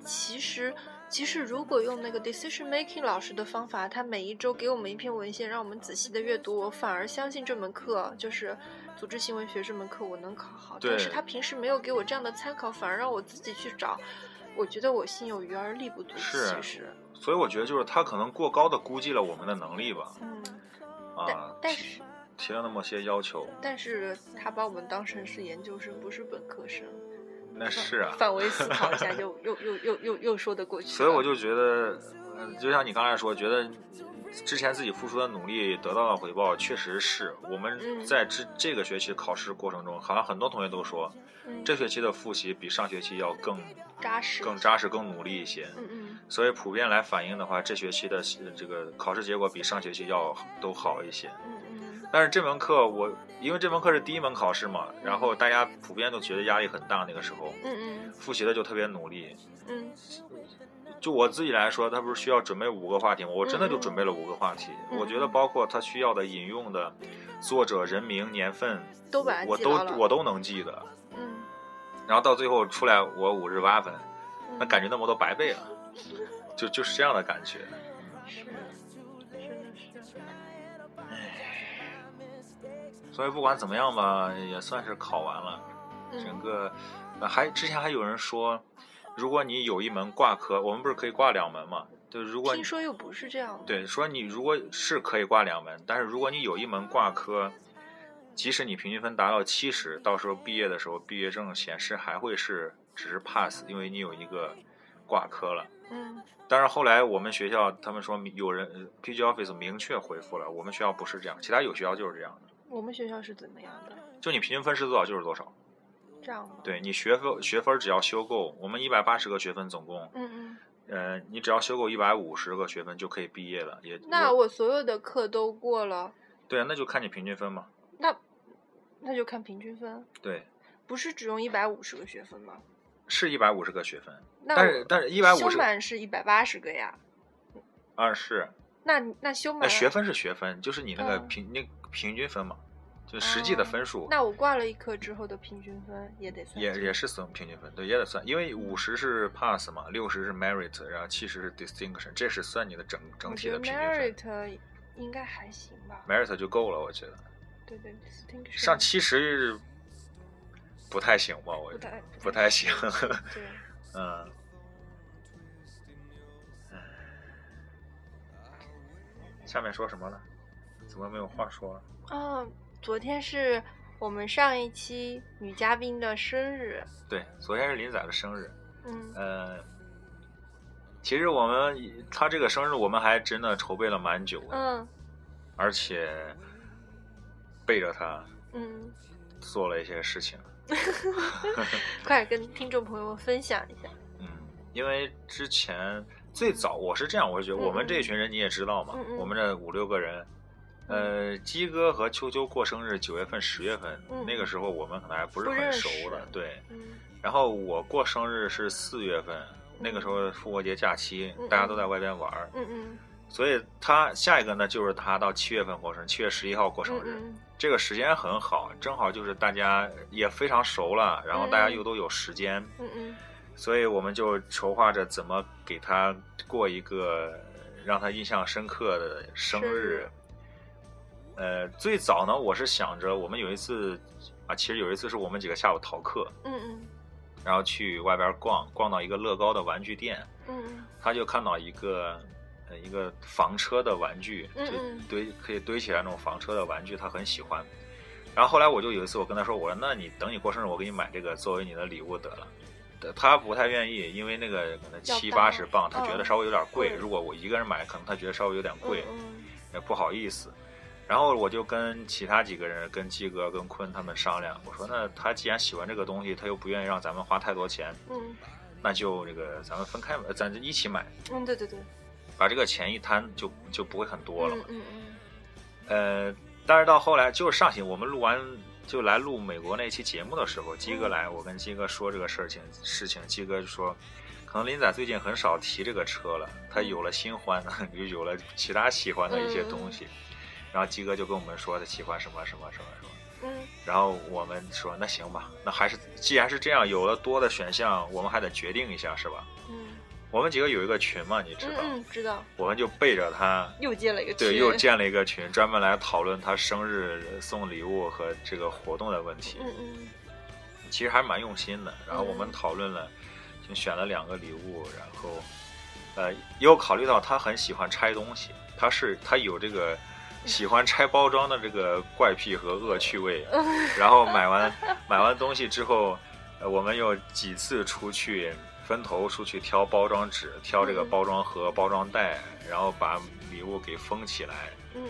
Speaker 1: 其实，其实如果用那个 decision making 老师的方法，他每一周给我们一篇文献，让我们仔细的阅读，我反而相信这门课就是组织行为学这门课我能考好。但是
Speaker 2: 对
Speaker 1: 他平时没有给我这样的参考，反而让我自己去找。我觉得我心有余而力不足。
Speaker 2: 是
Speaker 1: 其实，
Speaker 2: 所以我觉得就是他可能过高的估计了我们的能力吧，
Speaker 1: 嗯，
Speaker 2: 啊
Speaker 1: 但，但是。
Speaker 2: 提了那么些要求，
Speaker 1: 但是他把我们当成是研究生，不是本科生。
Speaker 2: 那是啊，
Speaker 1: 反为思考一下，又又又又又又说得过去了。
Speaker 2: 所以我就觉得，呃就像你刚才说，觉得之前自己付出的努力得到了回报，确实是我们
Speaker 1: 嗯
Speaker 2: 在这这个学期考试过程中，好像很多同学都说，
Speaker 1: 嗯
Speaker 2: 这学期的复习比上学期要更
Speaker 1: 扎实，
Speaker 2: 更扎实、更努力一些。
Speaker 1: 嗯嗯
Speaker 2: 所以普遍来反映的话，这学期的呃这个考试结果比上学期要都好一些。
Speaker 1: 嗯嗯
Speaker 2: 但是这门课我因为这门课是第一门考试嘛，然后大家普遍都觉得压力很大，那个时候
Speaker 1: 嗯
Speaker 2: 复习的就特别努力。
Speaker 1: 嗯嗯
Speaker 2: 就我自己来说，他不是需要准备五个话题吗？我真的就
Speaker 1: 嗯嗯
Speaker 2: 准备了五个话题。
Speaker 1: 嗯
Speaker 2: 我觉得包括他需要的引用的作者、人名、年份，
Speaker 1: 都把它
Speaker 2: 我
Speaker 1: 记
Speaker 2: 都
Speaker 1: 牢了
Speaker 2: 我都能记得。
Speaker 1: 嗯，
Speaker 2: 然后到最后出来我五十八分，那感
Speaker 1: 觉
Speaker 2: 觉那么多白背了，
Speaker 1: 嗯
Speaker 2: 就就是这样的感觉。
Speaker 1: 是真的是，
Speaker 2: 所以不管怎么样吧，也算是考完了。整
Speaker 1: 嗯
Speaker 2: 个、呃还之前还有人说，如果你有一门挂科，我们不是可以挂两门嘛？就如果你
Speaker 1: 听说又不是这样的，
Speaker 2: 对说你如果是可以挂两门，但是如果你有一门挂科，即使你平均分达到七十，到时候毕业的时候毕业证显示还会是只是 pass，因为你有一个挂科了。
Speaker 1: 嗯
Speaker 2: 但是后来我们学校他们说有人呃 PG Office 明确回复了，我们学校不是这样，其他有学校就是这样的，
Speaker 1: 我们学校是怎么样的？
Speaker 2: 就你平均分是多少就是多少。
Speaker 1: 这样吗？，
Speaker 2: 对你学分学分只要修够，我们一百八十个学分总共，
Speaker 1: 嗯嗯。
Speaker 2: 呃，你只要修够一百五十个学分就可以毕业了。也
Speaker 1: 那
Speaker 2: 我
Speaker 1: 我所有的课都过了，
Speaker 2: 对啊，那就看你平均分嘛。
Speaker 1: 那那就看平均分，
Speaker 2: 对，
Speaker 1: 不是只用一百五十个学分吗？
Speaker 2: 是一百五十个学分，
Speaker 1: 那
Speaker 2: 但是但是一百五
Speaker 1: 修
Speaker 2: 十
Speaker 1: 满是一百八十个呀，
Speaker 2: 啊是，
Speaker 1: 那那修
Speaker 2: 那
Speaker 1: 满
Speaker 2: 学分是学分，就是你那个
Speaker 1: 嗯啊
Speaker 2: 平、那平均分嘛。就实际的分数
Speaker 1: 那我挂了一科之后的平均分也得算
Speaker 2: 也
Speaker 1: 进去
Speaker 2: 也是算平均分，对，也得算，因为五十是 pass 嘛，六十是 merit，然后七十是 distinction，这是算你的整整
Speaker 1: 我
Speaker 2: 体
Speaker 1: 觉
Speaker 2: 的
Speaker 1: 得
Speaker 2: 平均分
Speaker 1: merit 应该还行吧。
Speaker 2: ，merit 就够了，我觉得
Speaker 1: 对对，distinction
Speaker 2: 上七十不太行吧，我
Speaker 1: 不
Speaker 2: 觉得，
Speaker 1: 太
Speaker 2: 不太行
Speaker 1: 对，
Speaker 2: 嗯，下面说什么呢？怎么没有话说了？
Speaker 1: 哦，昨天是我们上一期女嘉宾的生日，
Speaker 2: 对，昨天是林仔的生日，
Speaker 1: 嗯
Speaker 2: 呃，其实我们他这个生日，我们还真的筹备了蛮久的，
Speaker 1: 嗯
Speaker 2: 而且背着他
Speaker 1: 嗯，
Speaker 2: 做了一些事情。
Speaker 1: 快跟听众朋友们分享一下。
Speaker 2: 嗯，因为之前最早我是这样，我是觉得
Speaker 1: 嗯
Speaker 2: 我们这群人你也知道嘛，
Speaker 1: 嗯嗯
Speaker 2: 我们这五六个人。呃，鸡哥和秋秋过生日，九月份、十月份、
Speaker 1: 嗯
Speaker 2: 那个时候我们可能还不是
Speaker 1: 不认
Speaker 2: 很
Speaker 1: 识
Speaker 2: 熟的，对。
Speaker 1: 嗯
Speaker 2: 然后我过生日是四月份，那个时候复活节假期，
Speaker 1: 嗯嗯
Speaker 2: 大家都在外边玩儿，
Speaker 1: 嗯嗯
Speaker 2: 所以他下一个呢，就是他到七月份过生日，七月十一号过生
Speaker 1: 嗯
Speaker 2: 日，
Speaker 1: 嗯，
Speaker 2: 这个时间很好，正好就是大家也非常熟了，然后大家又都有时间，
Speaker 1: 嗯嗯
Speaker 2: 所以我们就筹划着怎么给他过一个让他印象深刻的生
Speaker 1: 生
Speaker 2: 日
Speaker 1: 日。
Speaker 2: 呃，最早呢，我是想着我们有一次啊，其实有一次是我们几个下午逃课，
Speaker 1: 嗯
Speaker 2: 然后去外边逛，逛到一个乐高的玩具店，
Speaker 1: 嗯嗯
Speaker 2: 他就看到一个呃一个房车的玩具，
Speaker 1: 嗯
Speaker 2: 就
Speaker 1: 嗯
Speaker 2: 堆可以堆起来那种房车的玩具，他很喜欢。然后后来我就有一次我跟他说，我说那你等你过生日，我给你买这个作为你的礼物得了。呃他不太愿意，因为那个可能
Speaker 1: 要
Speaker 2: 七
Speaker 1: 大
Speaker 2: 八十磅，他
Speaker 1: 嗯
Speaker 2: 觉得稍微有点贵。
Speaker 1: 嗯
Speaker 2: 如果我一个人买，可能他觉得稍微有点贵。
Speaker 1: 嗯
Speaker 2: 也不好意思。然后我就跟其他几个人，跟鸡哥、跟坤他们商量，我说那他既然喜欢这个东西，他又不愿意让咱们花太多钱，
Speaker 1: 嗯
Speaker 2: 那就这个咱们分开买，咱就一起买，
Speaker 1: 嗯，对对对，
Speaker 2: 把这个钱一摊就就不会很多了嘛。
Speaker 1: 嗯嗯
Speaker 2: 呃，但是到后来就是上期我们录完就来录美国那期节目的时候，鸡
Speaker 1: 嗯
Speaker 2: 哥来，我跟鸡哥说这个事情事情，鸡哥就说。可能林仔最近很少提这个车了，他
Speaker 1: 嗯
Speaker 2: 有了新欢， 就有了其他喜欢的一些东西。然后鸡哥就跟我们说他喜欢什么什么什么什么。
Speaker 1: 嗯
Speaker 2: 然后我们说那行吧，那还是既然是这样，有了多的选项，我们还得决定一下是吧？
Speaker 1: 嗯
Speaker 2: 我们几个有一个群嘛，你知道，
Speaker 1: 嗯，知道，
Speaker 2: 我们就背着他
Speaker 1: 又接了一个
Speaker 2: 对，又建了一个群，专门来讨论他生日送礼物和这个活动的问题，
Speaker 1: 嗯嗯
Speaker 2: 其实还蛮用心的。然后我们
Speaker 1: 嗯
Speaker 2: 讨论了，就选了两个礼物，然后呃，也有考虑到他很喜欢拆东西，他是他有这
Speaker 1: 嗯
Speaker 2: 个喜欢拆包装的这个怪癖和恶趣味。
Speaker 1: 嗯
Speaker 2: 然后买完买完东西之后，呃，我们又几次出去分头出去挑包装纸、挑这个
Speaker 1: 嗯
Speaker 2: 包装盒、包装袋，然后把礼物给封起来。
Speaker 1: 嗯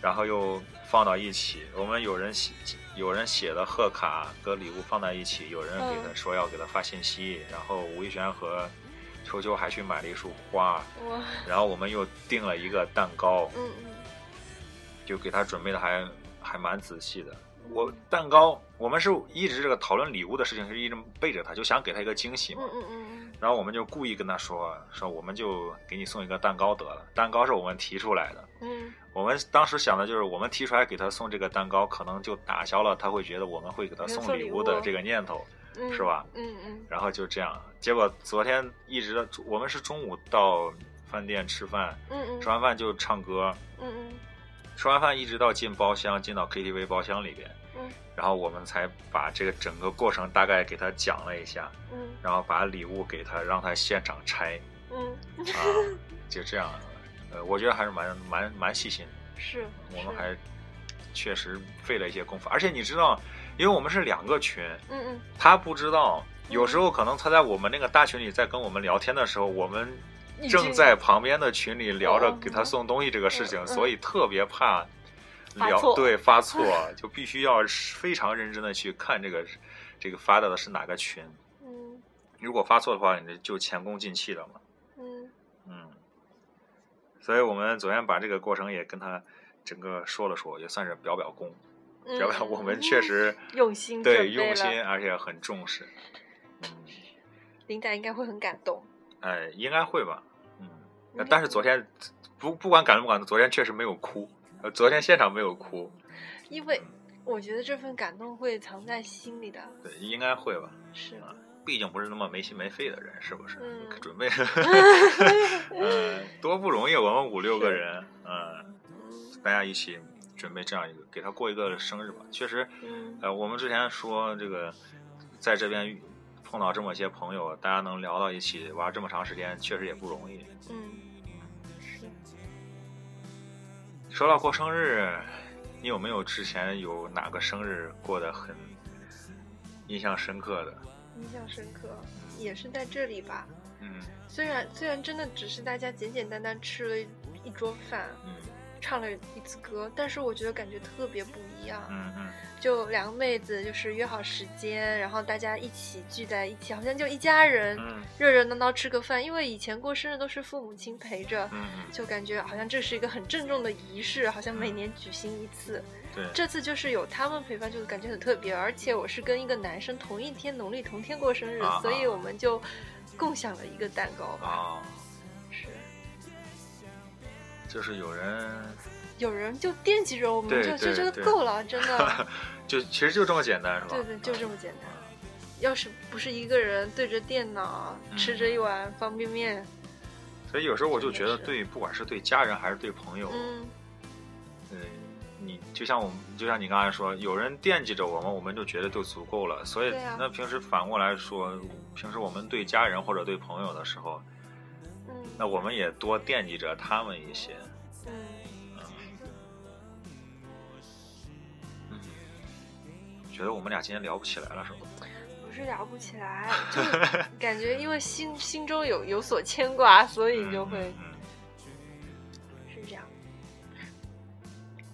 Speaker 2: 然后又放到一起。我们有人写有人写的贺卡和礼物放在一起，有人给他
Speaker 1: 嗯
Speaker 2: 说要给他发信息，然后吴亦璇和球球还去买了一束花，
Speaker 1: 哇
Speaker 2: 然后我们又订了一个蛋糕，
Speaker 1: 嗯嗯
Speaker 2: 就给他准备的还还蛮仔细的。我蛋糕，我们是一直这个讨论礼物的事情是一直背着他，就想给他一个惊喜嘛。
Speaker 1: 嗯嗯
Speaker 2: 然后我们就故意跟他说说，我们就给你送一个蛋糕得了，蛋糕是我们提出来的。
Speaker 1: 嗯
Speaker 2: 我们当时想的就是，我们提出来给他送这个蛋糕，可能就打消了他会觉得我们会给他送礼物的这个念头，
Speaker 1: 嗯，
Speaker 2: 是？吧？
Speaker 1: 嗯嗯
Speaker 2: 然后就这样，结果昨天一直到我们是中午到饭店吃饭，
Speaker 1: 嗯
Speaker 2: 吃完饭就唱歌，
Speaker 1: 嗯
Speaker 2: 吃完饭一直到进包厢，进到 KTV 包厢里边，
Speaker 1: 嗯
Speaker 2: 然后我们才把这个整个过程大概给他讲了一下，
Speaker 1: 嗯
Speaker 2: 然后把礼物给他，让他现场拆
Speaker 1: 嗯
Speaker 2: 啊，就这样，呃，我觉得还是蛮蛮蛮细心的。
Speaker 1: 是，
Speaker 2: 我们还确实费了一些功夫。而且你知道，因为我们是两个群，
Speaker 1: 嗯嗯
Speaker 2: 他不知道，有时候可能他在我们那个大群里在跟我们聊天的时候，我们正在旁边的群里聊着
Speaker 1: 哦
Speaker 2: 给他送东西这个事情，
Speaker 1: 嗯嗯
Speaker 2: 所以特别怕
Speaker 1: 发
Speaker 2: 聊
Speaker 1: 错
Speaker 2: 对发错， 就必须要非常认真的去看这个这个发的是哪个群。
Speaker 1: 嗯
Speaker 2: 如果发错的话，你就前功尽弃了嘛。
Speaker 1: 嗯
Speaker 2: 嗯，所以我们昨天把这个过程也跟他整个说了说，也算是表表功，
Speaker 1: 嗯，
Speaker 2: 表表我们确实
Speaker 1: 用心
Speaker 2: 对用心，而且很重视。嗯，
Speaker 1: 林仔应该会很感动。
Speaker 2: 哎，应该会吧。嗯，
Speaker 1: 应该
Speaker 2: 但是昨天不不管感动不感动，昨天确实没有哭，呃昨天现场没有哭。
Speaker 1: 因为我觉得这份感动会藏在心里的，
Speaker 2: 对，应该会吧。
Speaker 1: 是
Speaker 2: 啊毕竟不是那么没心没肺的人，是不是？
Speaker 1: 嗯
Speaker 2: 可准备， 呃，多不容易，我们五六个人，呃，大家一起准备这样一个，给他过一个生日吧。确实，
Speaker 1: 嗯
Speaker 2: 呃，我们之前说这个，在这边遇碰到这么些朋友，大家能聊到一起玩这么长时间，确实也不容易。
Speaker 1: 嗯，是，
Speaker 2: 说到过生日，你有没有之前有哪个生日过得很印象深刻的？
Speaker 1: 印象深刻，也是在这里吧。
Speaker 2: 嗯
Speaker 1: 虽然虽然真的只是大家简简单单吃了一一桌饭，
Speaker 2: 嗯
Speaker 1: 唱了一次歌，但是我觉得感觉特别不一样。
Speaker 2: 嗯嗯，
Speaker 1: 就两个妹子就是约好时间，然后大家一起聚在一起，好像就一家人
Speaker 2: 嗯
Speaker 1: 热热闹闹吃个饭。因为以前过生日都是父母亲陪着，
Speaker 2: 嗯嗯，
Speaker 1: 就感觉好像这是一个很郑重的仪式，好像每年举行一次。
Speaker 2: 对，
Speaker 1: 这次就是有他们陪伴，就感觉很特别。而且我是跟一个男生同一天农历同天过生日，
Speaker 2: 啊啊
Speaker 1: 所以我们就共享了一个蛋糕吧。
Speaker 2: 啊，
Speaker 1: 是，
Speaker 2: 就是有人
Speaker 1: 有人就惦记着我们
Speaker 2: 对，
Speaker 1: 就就
Speaker 2: 对
Speaker 1: 觉得
Speaker 2: 对
Speaker 1: 够了，真的。
Speaker 2: 就其实就这么简单，是吧？嗯啊
Speaker 1: 对对，就这么简单。要是不是一个人对着电脑、
Speaker 2: 嗯
Speaker 1: 吃着一碗方便面，
Speaker 2: 所以有时候我就觉
Speaker 1: 真
Speaker 2: 得
Speaker 1: 的是
Speaker 2: 对，不管是对家人还是对朋友，
Speaker 1: 嗯，
Speaker 2: 嗯，你就像我们，就像你刚才说，有人惦记着我们，我们就觉得就足够了。所以、
Speaker 1: 对啊
Speaker 2: 那平时反过来说，平时我们对家人或者对朋友的时候，
Speaker 1: 嗯
Speaker 2: 那我们也多惦记着他们一些。
Speaker 1: 嗯，
Speaker 2: 嗯，觉得我们俩今天聊不起来了，是吗？
Speaker 1: 不是聊不起 来，就感觉因为心心中有有所牵挂，所以就会
Speaker 2: 嗯嗯
Speaker 1: 是这样。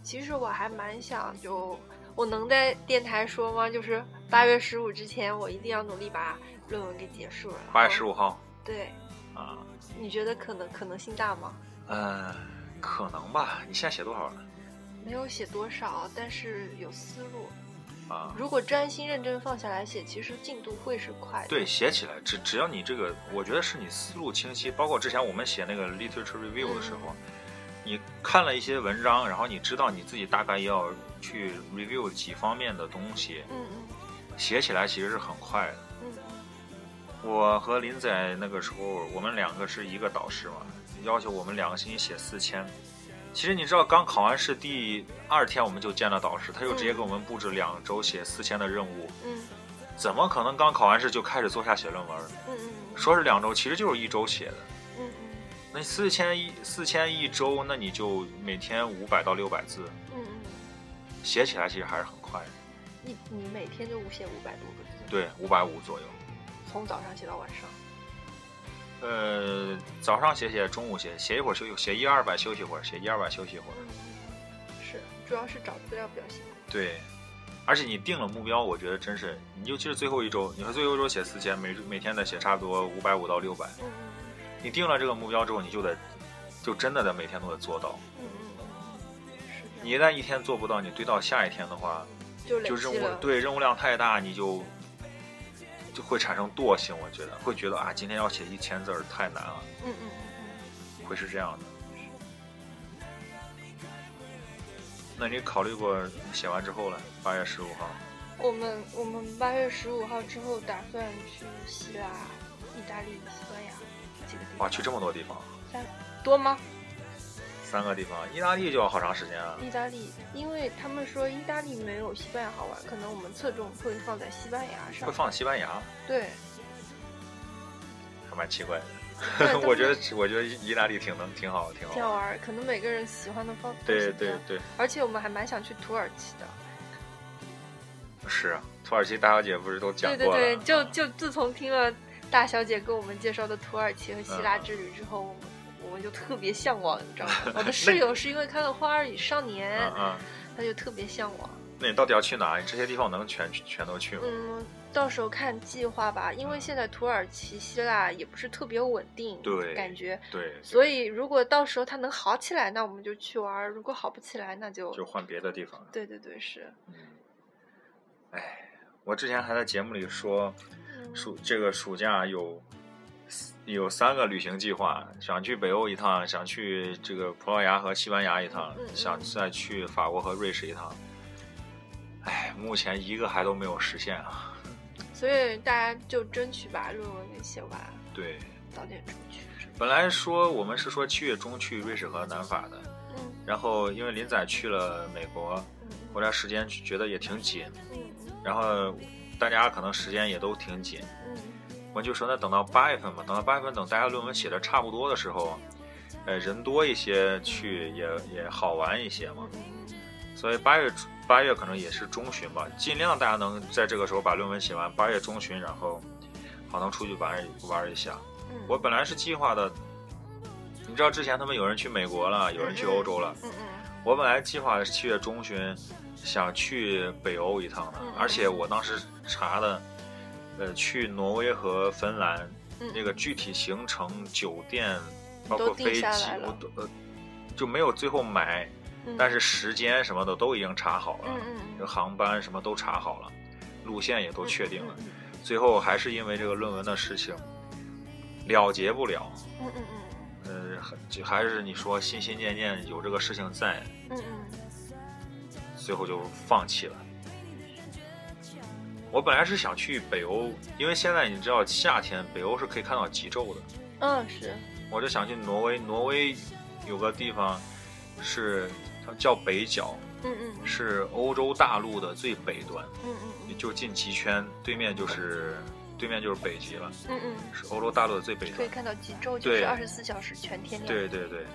Speaker 1: 其实我还蛮想就，我能在电台说吗？就是八月十五之前，我一定要努力把论文给结束了。
Speaker 2: 八月十
Speaker 1: 五，
Speaker 2: 五号
Speaker 1: 对，
Speaker 2: 啊，
Speaker 1: 你觉得可能可能性大吗？
Speaker 2: 嗯、可能吧。你现在写多少了？
Speaker 1: 没有写多少，但是有思路。
Speaker 2: 啊，
Speaker 1: 如果专心认真放下来写，其实进度会是快的。
Speaker 2: 对，写起来，只只要你这个，我觉得是你思路清晰。包括之前我们写那个 literature review 的时候，你看了一些文章，然后你知道你自己大概要去 review 几方面的东西，
Speaker 1: 嗯嗯
Speaker 2: 写起来其实是很快的。
Speaker 1: 嗯
Speaker 2: 我和林仔那个时候，我们两个是一个导师嘛，要求我们两个星期写四千。其实你知道，刚考完试第二天我们就见了导师，他就直接给我们布置两周写四千的任务。
Speaker 1: 嗯
Speaker 2: 怎么可能刚考完试就开始坐下写论文？
Speaker 1: 嗯嗯
Speaker 2: 说是两周，其实就是一周写的。
Speaker 1: 嗯
Speaker 2: 那四千一四千一周，那你就每天五百到六百字，
Speaker 1: 嗯嗯，
Speaker 2: 写起来其实还是很快的。
Speaker 1: 你你每天就写五百多个字，
Speaker 2: 对，五百五左右。
Speaker 1: 从早上写到晚上。
Speaker 2: 呃，早上写写，中午写，写一会儿休息，写一二百休息一会儿，写一二百休息一会儿。
Speaker 1: 嗯，是，主要是找资料比较辛苦。
Speaker 2: 对，而且你定了目标，我觉得真是，你尤其是最后一周，你说最后一周写四千，每每天得写差不多五百五到六百。
Speaker 1: 嗯
Speaker 2: 你定了这个目标之后，你就得，就真的得每天都得做到。
Speaker 1: 嗯嗯，是这样。
Speaker 2: 你一旦一天做不到，你堆到下一天的话，
Speaker 1: 就累
Speaker 2: 就任
Speaker 1: 积
Speaker 2: 务
Speaker 1: 了。
Speaker 2: 对任务量太大，你就就会产生惰性，我觉得会觉得啊，今天要写一千字儿太难了，
Speaker 1: 嗯嗯嗯
Speaker 2: 会是这样的。那你考虑过你写完之后呢？八月十五号，
Speaker 1: 嗯。我们我们八月十五号之后打算去希腊、意大利、西班牙几个地方。
Speaker 2: 哇，去这么多地方，
Speaker 1: 多吗？
Speaker 2: 三个地方，意大利就要好长时间啊。
Speaker 1: 意大利，因为他们说意大利没有西班牙好玩，可能我们侧重会放在西班牙上
Speaker 2: 会。放西班牙，
Speaker 1: 对，
Speaker 2: 还蛮奇怪的。
Speaker 1: 对都是
Speaker 2: 我觉得，我觉得意大利挺能，挺好，挺好
Speaker 1: 挺
Speaker 2: 玩。
Speaker 1: 好玩，啊可能每个人喜欢的方都
Speaker 2: 对
Speaker 1: 是不一
Speaker 2: 对
Speaker 1: 样
Speaker 2: 对，
Speaker 1: 而且我们还蛮想去土耳其 的。
Speaker 2: 是啊土耳其大小姐不是都讲
Speaker 1: 对对
Speaker 2: 过了？啊嗯
Speaker 1: 对，就就自从听了大小姐给我们介绍的土耳其和希腊之旅之后，我们我们就特别向往，你知 道吗？我的室友是因为看了《花儿与少年
Speaker 2: 嗯》，嗯，
Speaker 1: 他就特别向往。
Speaker 2: 那你到底要去哪？你这些地方能全全都去吗？
Speaker 1: 嗯，到时候看计划吧，因为现在土耳其、希腊也不是特别稳定，
Speaker 2: 对
Speaker 1: 感觉
Speaker 2: 对，
Speaker 1: 所以，如果到时候它能好起来，那我们就去玩儿；如果好不起来，那就
Speaker 2: 就换别的地方。
Speaker 1: 对对对，是。
Speaker 2: 嗯，哎，我之前还在节目里说，
Speaker 1: 嗯
Speaker 2: 暑这个暑假有有三个旅行计划，想去北欧一趟，想去这个葡萄牙和西班牙一趟，
Speaker 1: 嗯嗯嗯
Speaker 2: 想再去法国和瑞士一趟。哎，目前一个还都没有实现啊。
Speaker 1: 所以大家就争取把论文给写完，
Speaker 2: 对，
Speaker 1: 早点出去。
Speaker 2: 本来说我们是说七月中去瑞士和南法的，
Speaker 1: 嗯
Speaker 2: 然后因为林仔去了美国，
Speaker 1: 嗯
Speaker 2: 回来时间觉得也挺紧，
Speaker 1: 嗯
Speaker 2: 然后大家可能时间也都挺紧，
Speaker 1: 嗯
Speaker 2: 我就说那等到八月份吧，等到八月份等大家论文写的差不多的时候，呃，人多一些去也也好玩一些嘛。所以八月初八月可能也是中旬吧，尽量大家能在这个时候把论文写完，八月中旬然后好能出去玩一玩一下。
Speaker 1: 嗯，
Speaker 2: 我本来是计划的，你知道之前他们有人去美国了，有人去欧洲了，
Speaker 1: 嗯嗯
Speaker 2: 我本来计划的是七月中旬想去北欧一趟的
Speaker 1: 嗯，
Speaker 2: 而且我当时查的，呃，去挪威和芬兰
Speaker 1: 嗯，
Speaker 2: 那个具体行程、酒店，包括
Speaker 1: 都定
Speaker 2: 飞机
Speaker 1: 下来，了
Speaker 2: 我都呃就没有最后买，
Speaker 1: 嗯，
Speaker 2: 但是时间什么的都已经查好了
Speaker 1: 嗯，嗯嗯
Speaker 2: 这个航班什么都查好了，路线也都确定了，
Speaker 1: 嗯
Speaker 2: 最后还是因为这个论文的事情了结不了，
Speaker 1: 嗯嗯嗯
Speaker 2: 呃，还就还是你说心心念念有这个事情在，
Speaker 1: 嗯嗯
Speaker 2: 最后就放弃了。我本来是想去北欧，因为现在你知道夏天北欧是可以看到极昼的，
Speaker 1: 嗯是，
Speaker 2: 我就想去挪威。挪威有个地方是它叫北角，
Speaker 1: 嗯嗯
Speaker 2: 是欧洲大陆的最北端，
Speaker 1: 嗯
Speaker 2: 也
Speaker 1: 嗯
Speaker 2: 就近极圈，对面就是对面就是北极了，
Speaker 1: 嗯嗯，
Speaker 2: 是欧洲大陆的最北
Speaker 1: 可
Speaker 2: 端
Speaker 1: 以。看到极昼，就
Speaker 2: 对
Speaker 1: 是二十四小时全天亮。
Speaker 2: 对对对，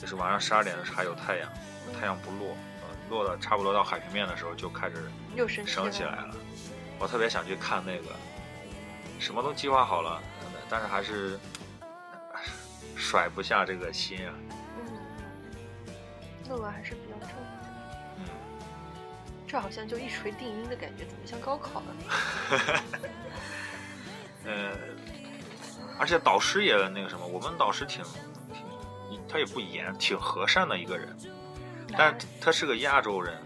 Speaker 2: 就是晚上十二点的时候还有太阳，太阳不落，呃落到差不多到海平面的时候就开始
Speaker 1: 又升
Speaker 2: 升起来了。我特别想去看那个，什么都计划好了，但是还是唉甩不下这个心啊。
Speaker 1: 嗯，论文还是比较重要的。
Speaker 2: 嗯，
Speaker 1: 这好像就一锤定音的感觉，怎么像高考了？
Speaker 2: 呃，而且导师也那个什么，我们导师挺挺，他也不严，挺和善的一个人， 但是他是个亚洲人，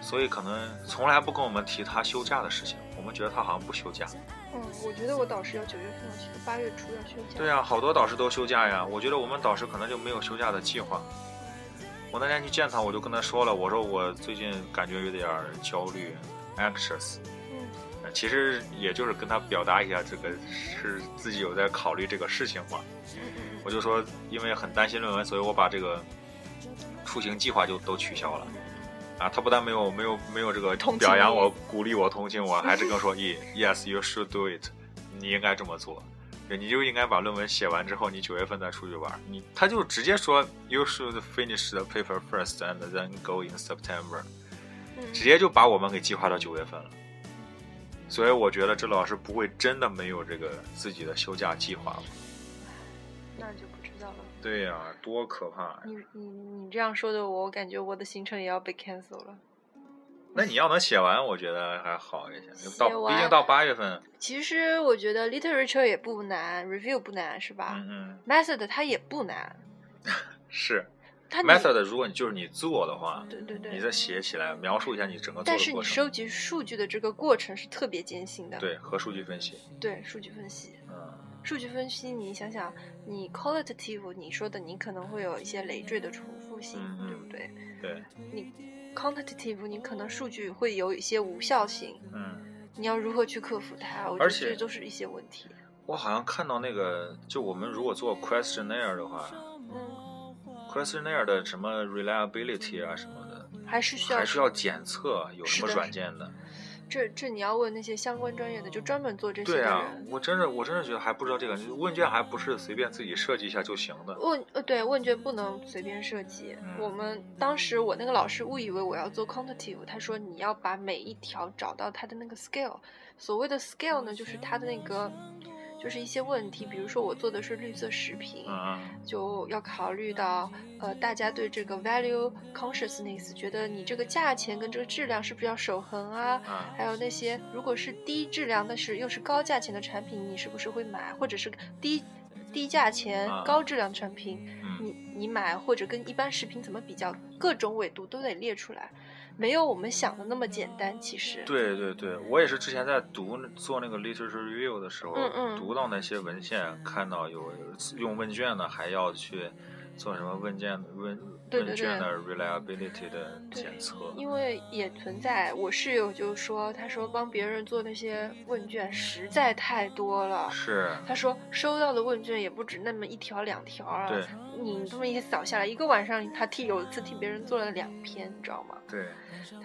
Speaker 2: 所以可能从来不跟我们提他休假的事情。我们觉得他好像不休假。
Speaker 1: 嗯，我觉得我导师要九月份要休，八月初要休假。
Speaker 2: 对呀、啊好多导师都休假呀。我觉得我们导师可能就没有休假的计划。我那天去见他，我就跟他说了，我说我最近感觉有点儿焦虑，anxious。
Speaker 1: 嗯
Speaker 2: 呃其实也就是跟他表达一下，这个是自己有在考虑这个事情嘛。
Speaker 1: 嗯嗯
Speaker 2: 我就说，因为很担心论文，所以我把这个出行计划就都取消了。啊，他不但没有没有没有这个
Speaker 1: 同情
Speaker 2: 表扬
Speaker 1: 你
Speaker 2: 我、鼓励我、同情我，还是跟我 说，“E-，yes you should do it，你应该这么做，对你就应该把论文写完之后，你九月份再出去玩儿。你他就直接说 you should finish the paper first and then go in September，
Speaker 1: 嗯，
Speaker 2: 直接就把我们给计划到九月份了。所以我觉得这老师不会真的没有这个自己的休假计划吧？
Speaker 1: 那就不知道了。
Speaker 2: 对呀、多可怕呀！
Speaker 1: 你你你这样说的我，我感觉我的行程也要被 cancel 了。
Speaker 2: 那你要能写完，我觉得还好一些。到
Speaker 1: 写完
Speaker 2: 毕竟到八月份，
Speaker 1: 其实我觉得 literature 也不难，review 不难是吧、
Speaker 2: 嗯嗯，
Speaker 1: m e t h o d 它也不难，
Speaker 2: 是
Speaker 1: 它你
Speaker 2: method，如果你就是你做的话，
Speaker 1: 对对
Speaker 2: 你
Speaker 1: 对，
Speaker 2: 再写起来，描述一下你整个做
Speaker 1: 但是
Speaker 2: 的
Speaker 1: 你
Speaker 2: 过程，
Speaker 1: 收集数据的这个过程是特别艰辛的。
Speaker 2: 对和数据分析，
Speaker 1: 对，数据分析，
Speaker 2: 嗯，
Speaker 1: 数据分析，你想想，你 qualitative 你说的，你可能会有一些累赘的重复性，
Speaker 2: 嗯嗯
Speaker 1: 对不对？
Speaker 2: 对，
Speaker 1: 你 quantitative 你可能数据会有一些无效性，
Speaker 2: 嗯，
Speaker 1: 你要如何去克服它？我觉
Speaker 2: 而
Speaker 1: 得
Speaker 2: 且
Speaker 1: 这都是一些问题。
Speaker 2: 我好像看到那个，就我们如果做 questionnaire 的话
Speaker 1: 嗯，
Speaker 2: ，questionnaire 的什么 reliability 啊什么的，
Speaker 1: 还是需要
Speaker 2: 还是要检测有什
Speaker 1: 是
Speaker 2: 么
Speaker 1: 的
Speaker 2: 软件的。
Speaker 1: 这这你要问那些相关专业的，就专门做这些的
Speaker 2: 对
Speaker 1: 人。
Speaker 2: 啊，我真是我真是觉得还不知道这个问卷还不是随便自己设计一下就行的。
Speaker 1: 问呃，对，问卷不能随便设计。
Speaker 2: 嗯
Speaker 1: 我们当时我那个老师误以为我要做 quantitative，他说你要把每一条找到它的那个 scale。所谓的 scale 呢，就是它的那个，就是一些问题，比如说我做的是绿色食品，
Speaker 2: 嗯
Speaker 1: 就要考虑到呃大家对这个 value consciousness，觉得你这个价钱跟这个质量是不是要守恒啊？
Speaker 2: 嗯嗯
Speaker 1: 还有那些如果是低质量但是又是高价钱的产品，你是不是会买？或者是低低价钱
Speaker 2: 啊
Speaker 1: 高质量产品，
Speaker 2: 嗯
Speaker 1: 你你买或者跟一般食品怎么比较，各种纬度都得列出来，没有我们想的那么简单。其实，
Speaker 2: 对对对，我也是之前在读那做那个 literature review 的时候，
Speaker 1: 嗯嗯
Speaker 2: 读到那些文献，看到有用问卷的，还要去做什么问卷问
Speaker 1: 对
Speaker 2: 问
Speaker 1: 对
Speaker 2: 卷
Speaker 1: 对，
Speaker 2: 的 reliability 的
Speaker 1: 对
Speaker 2: 检测。
Speaker 1: 因为也存在，我室友就说，他说帮别人做那些问卷实在太多了。
Speaker 2: 是，
Speaker 1: 他说收到的问卷也不止那么一条两条啊，
Speaker 2: 对
Speaker 1: 你这么一扫下来，一个晚上他替有一次替别人做了两篇，你知道吗？
Speaker 2: 对，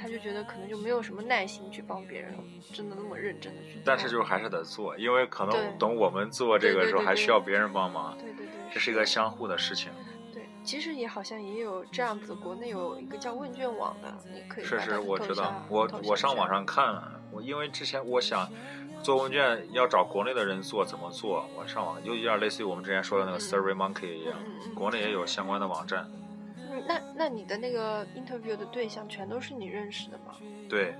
Speaker 1: 他就觉得可能就没有什么耐心去帮别人，真的那么认真的去做。
Speaker 2: 但是就是还是得做，因为可
Speaker 1: 对
Speaker 2: 能等我们做这个时
Speaker 1: 对对对
Speaker 2: 候，
Speaker 1: 对
Speaker 2: 还需要别人帮忙，
Speaker 1: 对对对，
Speaker 2: 这是一个相互的事情。
Speaker 1: 对，其实也好像也有这样子，国内有一个叫问卷网的，你可以
Speaker 2: 是
Speaker 1: 把它
Speaker 2: 是，我
Speaker 1: 投
Speaker 2: 知
Speaker 1: 下
Speaker 2: 道，我
Speaker 1: 投
Speaker 2: 我上
Speaker 1: 去
Speaker 2: 网上看了，我因为之前我想做问卷要找国内的人做怎么做，我上网就有点类似于我们之前说的那个
Speaker 1: 嗯
Speaker 2: Survey Monkey 一样
Speaker 1: 嗯嗯，嗯
Speaker 2: 国内也有相关的网站。
Speaker 1: 嗯那那你的那个 interview 的对象全都是你认识的吗？
Speaker 2: 对，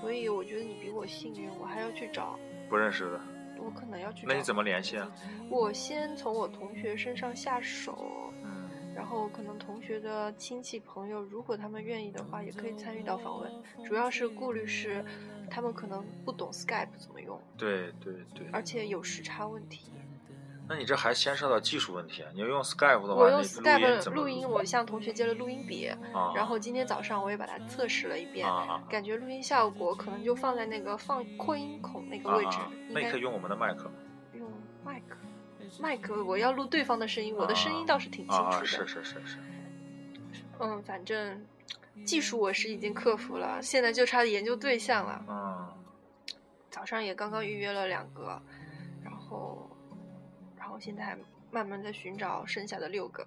Speaker 1: 所以我觉得你比我幸运，我还要去找，
Speaker 2: 不认识的，
Speaker 1: 我可能要去找。
Speaker 2: 那你怎
Speaker 1: 么？
Speaker 2: 么联系啊？
Speaker 1: 我先从我同学身上下手，
Speaker 2: 嗯，
Speaker 1: 然后可能同学的亲戚朋友，如果他们愿意的话，也可以参与到访问。主要是顾虑是，他们可能不懂 Skype 怎么用，
Speaker 2: 对对对。
Speaker 1: 而且有时差问题。
Speaker 2: 那你这还牵涉到技术问题啊？你要用 Skype 的
Speaker 1: 我
Speaker 2: 话，
Speaker 1: 用
Speaker 2: 你录音
Speaker 1: Skype
Speaker 2: 怎么
Speaker 1: 录音，我向同学借了录音笔，
Speaker 2: 啊，
Speaker 1: 然后今天早上我也把它测试了一遍，
Speaker 2: 啊
Speaker 1: 感觉录音效果可能就放在那个放扩音孔那
Speaker 2: 啊
Speaker 1: 个
Speaker 2: 啊
Speaker 1: 位置，
Speaker 2: 啊，
Speaker 1: 应
Speaker 2: 那你
Speaker 1: 该
Speaker 2: 可以用我们的麦克吗
Speaker 1: 用麦克。麦克，我要录对方的声音，我的声音倒是挺清楚的。
Speaker 2: 啊，是是是是，
Speaker 1: 嗯，反正技术我是已经克服了，现在就差研究对象了。
Speaker 2: 嗯，
Speaker 1: 早上也刚刚预约了两个，然后，然后现在还慢慢在寻找剩下的六个。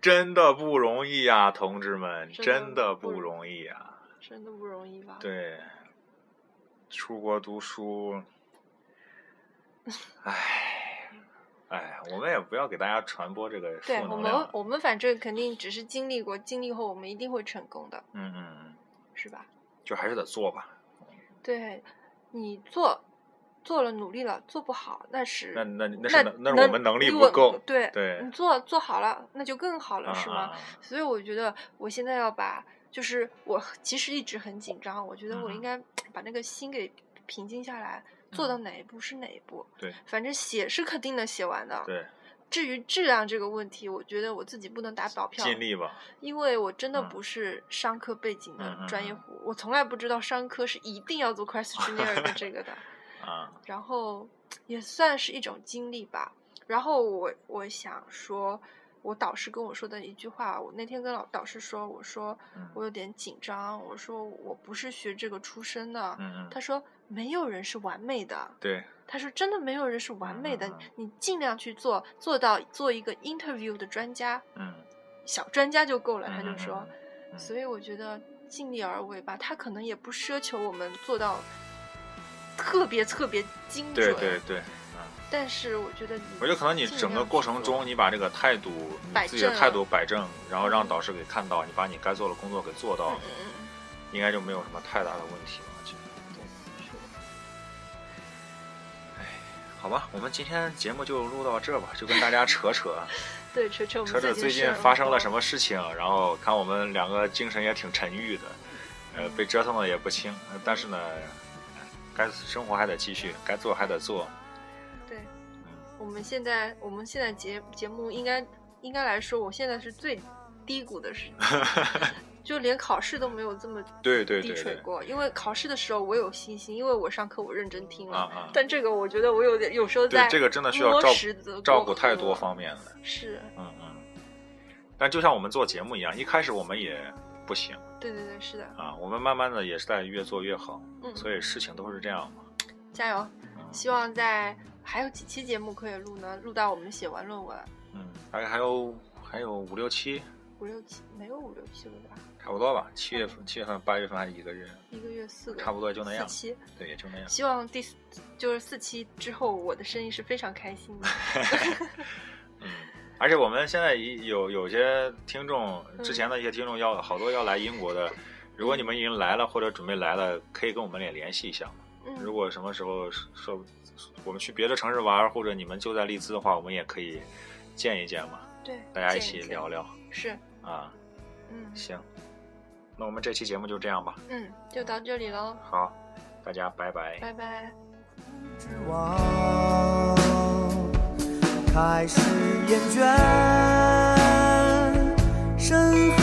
Speaker 2: 真的不容易呀、同志们，
Speaker 1: 真的
Speaker 2: 真的
Speaker 1: 不
Speaker 2: 不容易啊呀、
Speaker 1: 真的不容易吧？，
Speaker 2: 对，出国读书，唉，唉，我们也不要给大家传播这个负
Speaker 1: 对我们
Speaker 2: 能量。
Speaker 1: 我们反正肯定只是经历过，经历后我们一定会成功的，
Speaker 2: 嗯嗯嗯，
Speaker 1: 是吧？
Speaker 2: 就还是得做吧。
Speaker 1: 对，你做做了努力了，做不好那是
Speaker 2: 那那那
Speaker 1: 那
Speaker 2: 是那是我们能力不够。
Speaker 1: 对
Speaker 2: 对
Speaker 1: 你做做好了，那就更好了，
Speaker 2: 啊
Speaker 1: 是
Speaker 2: 啊
Speaker 1: 吗？
Speaker 2: 啊
Speaker 1: 所以我觉得我现在要把，就是我其实一直很紧张，我觉得我
Speaker 2: 嗯
Speaker 1: 应该把那个心给平静下来，做到哪一步是哪一步。
Speaker 2: 对，
Speaker 1: 反正写是肯定能写完的。
Speaker 2: 对，
Speaker 1: 至于质量这个问题，我觉得我自己不能打保票，
Speaker 2: 尽力吧。
Speaker 1: 因为我真的
Speaker 2: 嗯
Speaker 1: 不是商科背景的
Speaker 2: 嗯嗯
Speaker 1: 专业
Speaker 2: 嗯
Speaker 1: 户，我从来不知道商科是一定 要做 questionnaire 的这个的。
Speaker 2: 啊，
Speaker 1: 然后也算是一种经历吧。然后我我想说，我导师跟我说的一句话，我那天跟老导师说，我说
Speaker 2: 嗯
Speaker 1: 我有点紧张，我说我不是学这个出身的。
Speaker 2: 嗯嗯，
Speaker 1: 他说没有人是完美的，
Speaker 2: 对，
Speaker 1: 他说真的没有人是完美的
Speaker 2: 嗯嗯嗯，
Speaker 1: 你尽量去做，做到做一个 interview 的专家，
Speaker 2: 嗯，
Speaker 1: 小专家就够了。
Speaker 2: 嗯
Speaker 1: 他就说，，
Speaker 2: 嗯
Speaker 1: 所以我觉得尽力而为吧，他可能也不奢求我们做到特别特别精准，
Speaker 2: 对对对，
Speaker 1: 但是我觉得你，
Speaker 2: 我觉得可能你整个过程中，，你把这个态度，
Speaker 1: 摆
Speaker 2: 你自己的
Speaker 1: 正
Speaker 2: 态度摆正，然后让导师给看到，你把你该做的工作给做到
Speaker 1: 嗯
Speaker 2: 了，应该就没有什么太大的问题了。我觉得
Speaker 1: 嗯，对，是
Speaker 2: 哎好吧，我们今天节目就录到这吧，就跟大家扯扯
Speaker 1: 对，扯 扯我们
Speaker 2: 扯扯最
Speaker 1: 近
Speaker 2: 近发生了什
Speaker 1: 么？
Speaker 2: 么事情，然后看我们两个精神也挺沉郁的，呃，被折腾的也不轻，呃但是呢，该生活还得继续，该做还得做，
Speaker 1: 对
Speaker 2: 嗯，
Speaker 1: 我们现在我们现在节节目应该应该来说，我现在是最低谷的时期， 就连考试都没有这么
Speaker 2: 对对
Speaker 1: 低
Speaker 2: 对
Speaker 1: 垂
Speaker 2: 对，
Speaker 1: 过。因为考试的时候我有信心，因为我上课我认真听了。
Speaker 2: 啊啊，
Speaker 1: 但这个我觉得我有点有时候在
Speaker 2: 对，这个真的需要
Speaker 1: 摸
Speaker 2: 照
Speaker 1: 石子
Speaker 2: 顾
Speaker 1: 过
Speaker 2: 照顾太多
Speaker 1: 河
Speaker 2: 方面了。
Speaker 1: 是
Speaker 2: 嗯，嗯，但就像我们做节目一样，一开始我们也不行
Speaker 1: 对对对是的，
Speaker 2: 啊，我们慢慢的也是在越做越好，
Speaker 1: 嗯，
Speaker 2: 所以事情都是这样嘛。
Speaker 1: 加油。
Speaker 2: 嗯
Speaker 1: 希望在还有几期节目可以录呢，录到我们写完论文，
Speaker 2: 嗯，大概还有还有五六期，
Speaker 1: 五六期没有五六期了吧？
Speaker 2: 差不多吧。七月份、七月份、八月份还一个月，
Speaker 1: 一个月四个，
Speaker 2: 差不多就那样
Speaker 1: 四。期，
Speaker 2: 对，也就那样。
Speaker 1: 希望第四就是四期之后，我的声音是非常开心 的。
Speaker 2: 嗯，而且我们现在一有有些听众，之前的一些听众要好多要来英国的，如果你们已经来了或者准备来了，可以跟我们也联系一下嘛。
Speaker 1: 嗯，
Speaker 2: 如果什么时候说我们去别的城市玩，或者你们就在利兹的话，我们也可以见一见嘛，
Speaker 1: 对，
Speaker 2: 大家
Speaker 1: 见
Speaker 2: 一起
Speaker 1: 见
Speaker 2: 聊聊
Speaker 1: 是，
Speaker 2: 啊。
Speaker 1: 嗯
Speaker 2: 行，那我们这期节目就这样吧。
Speaker 1: 嗯，就到这里喽，
Speaker 2: 好，大家拜拜。
Speaker 1: 拜拜。
Speaker 3: 之王开始厌倦。深海。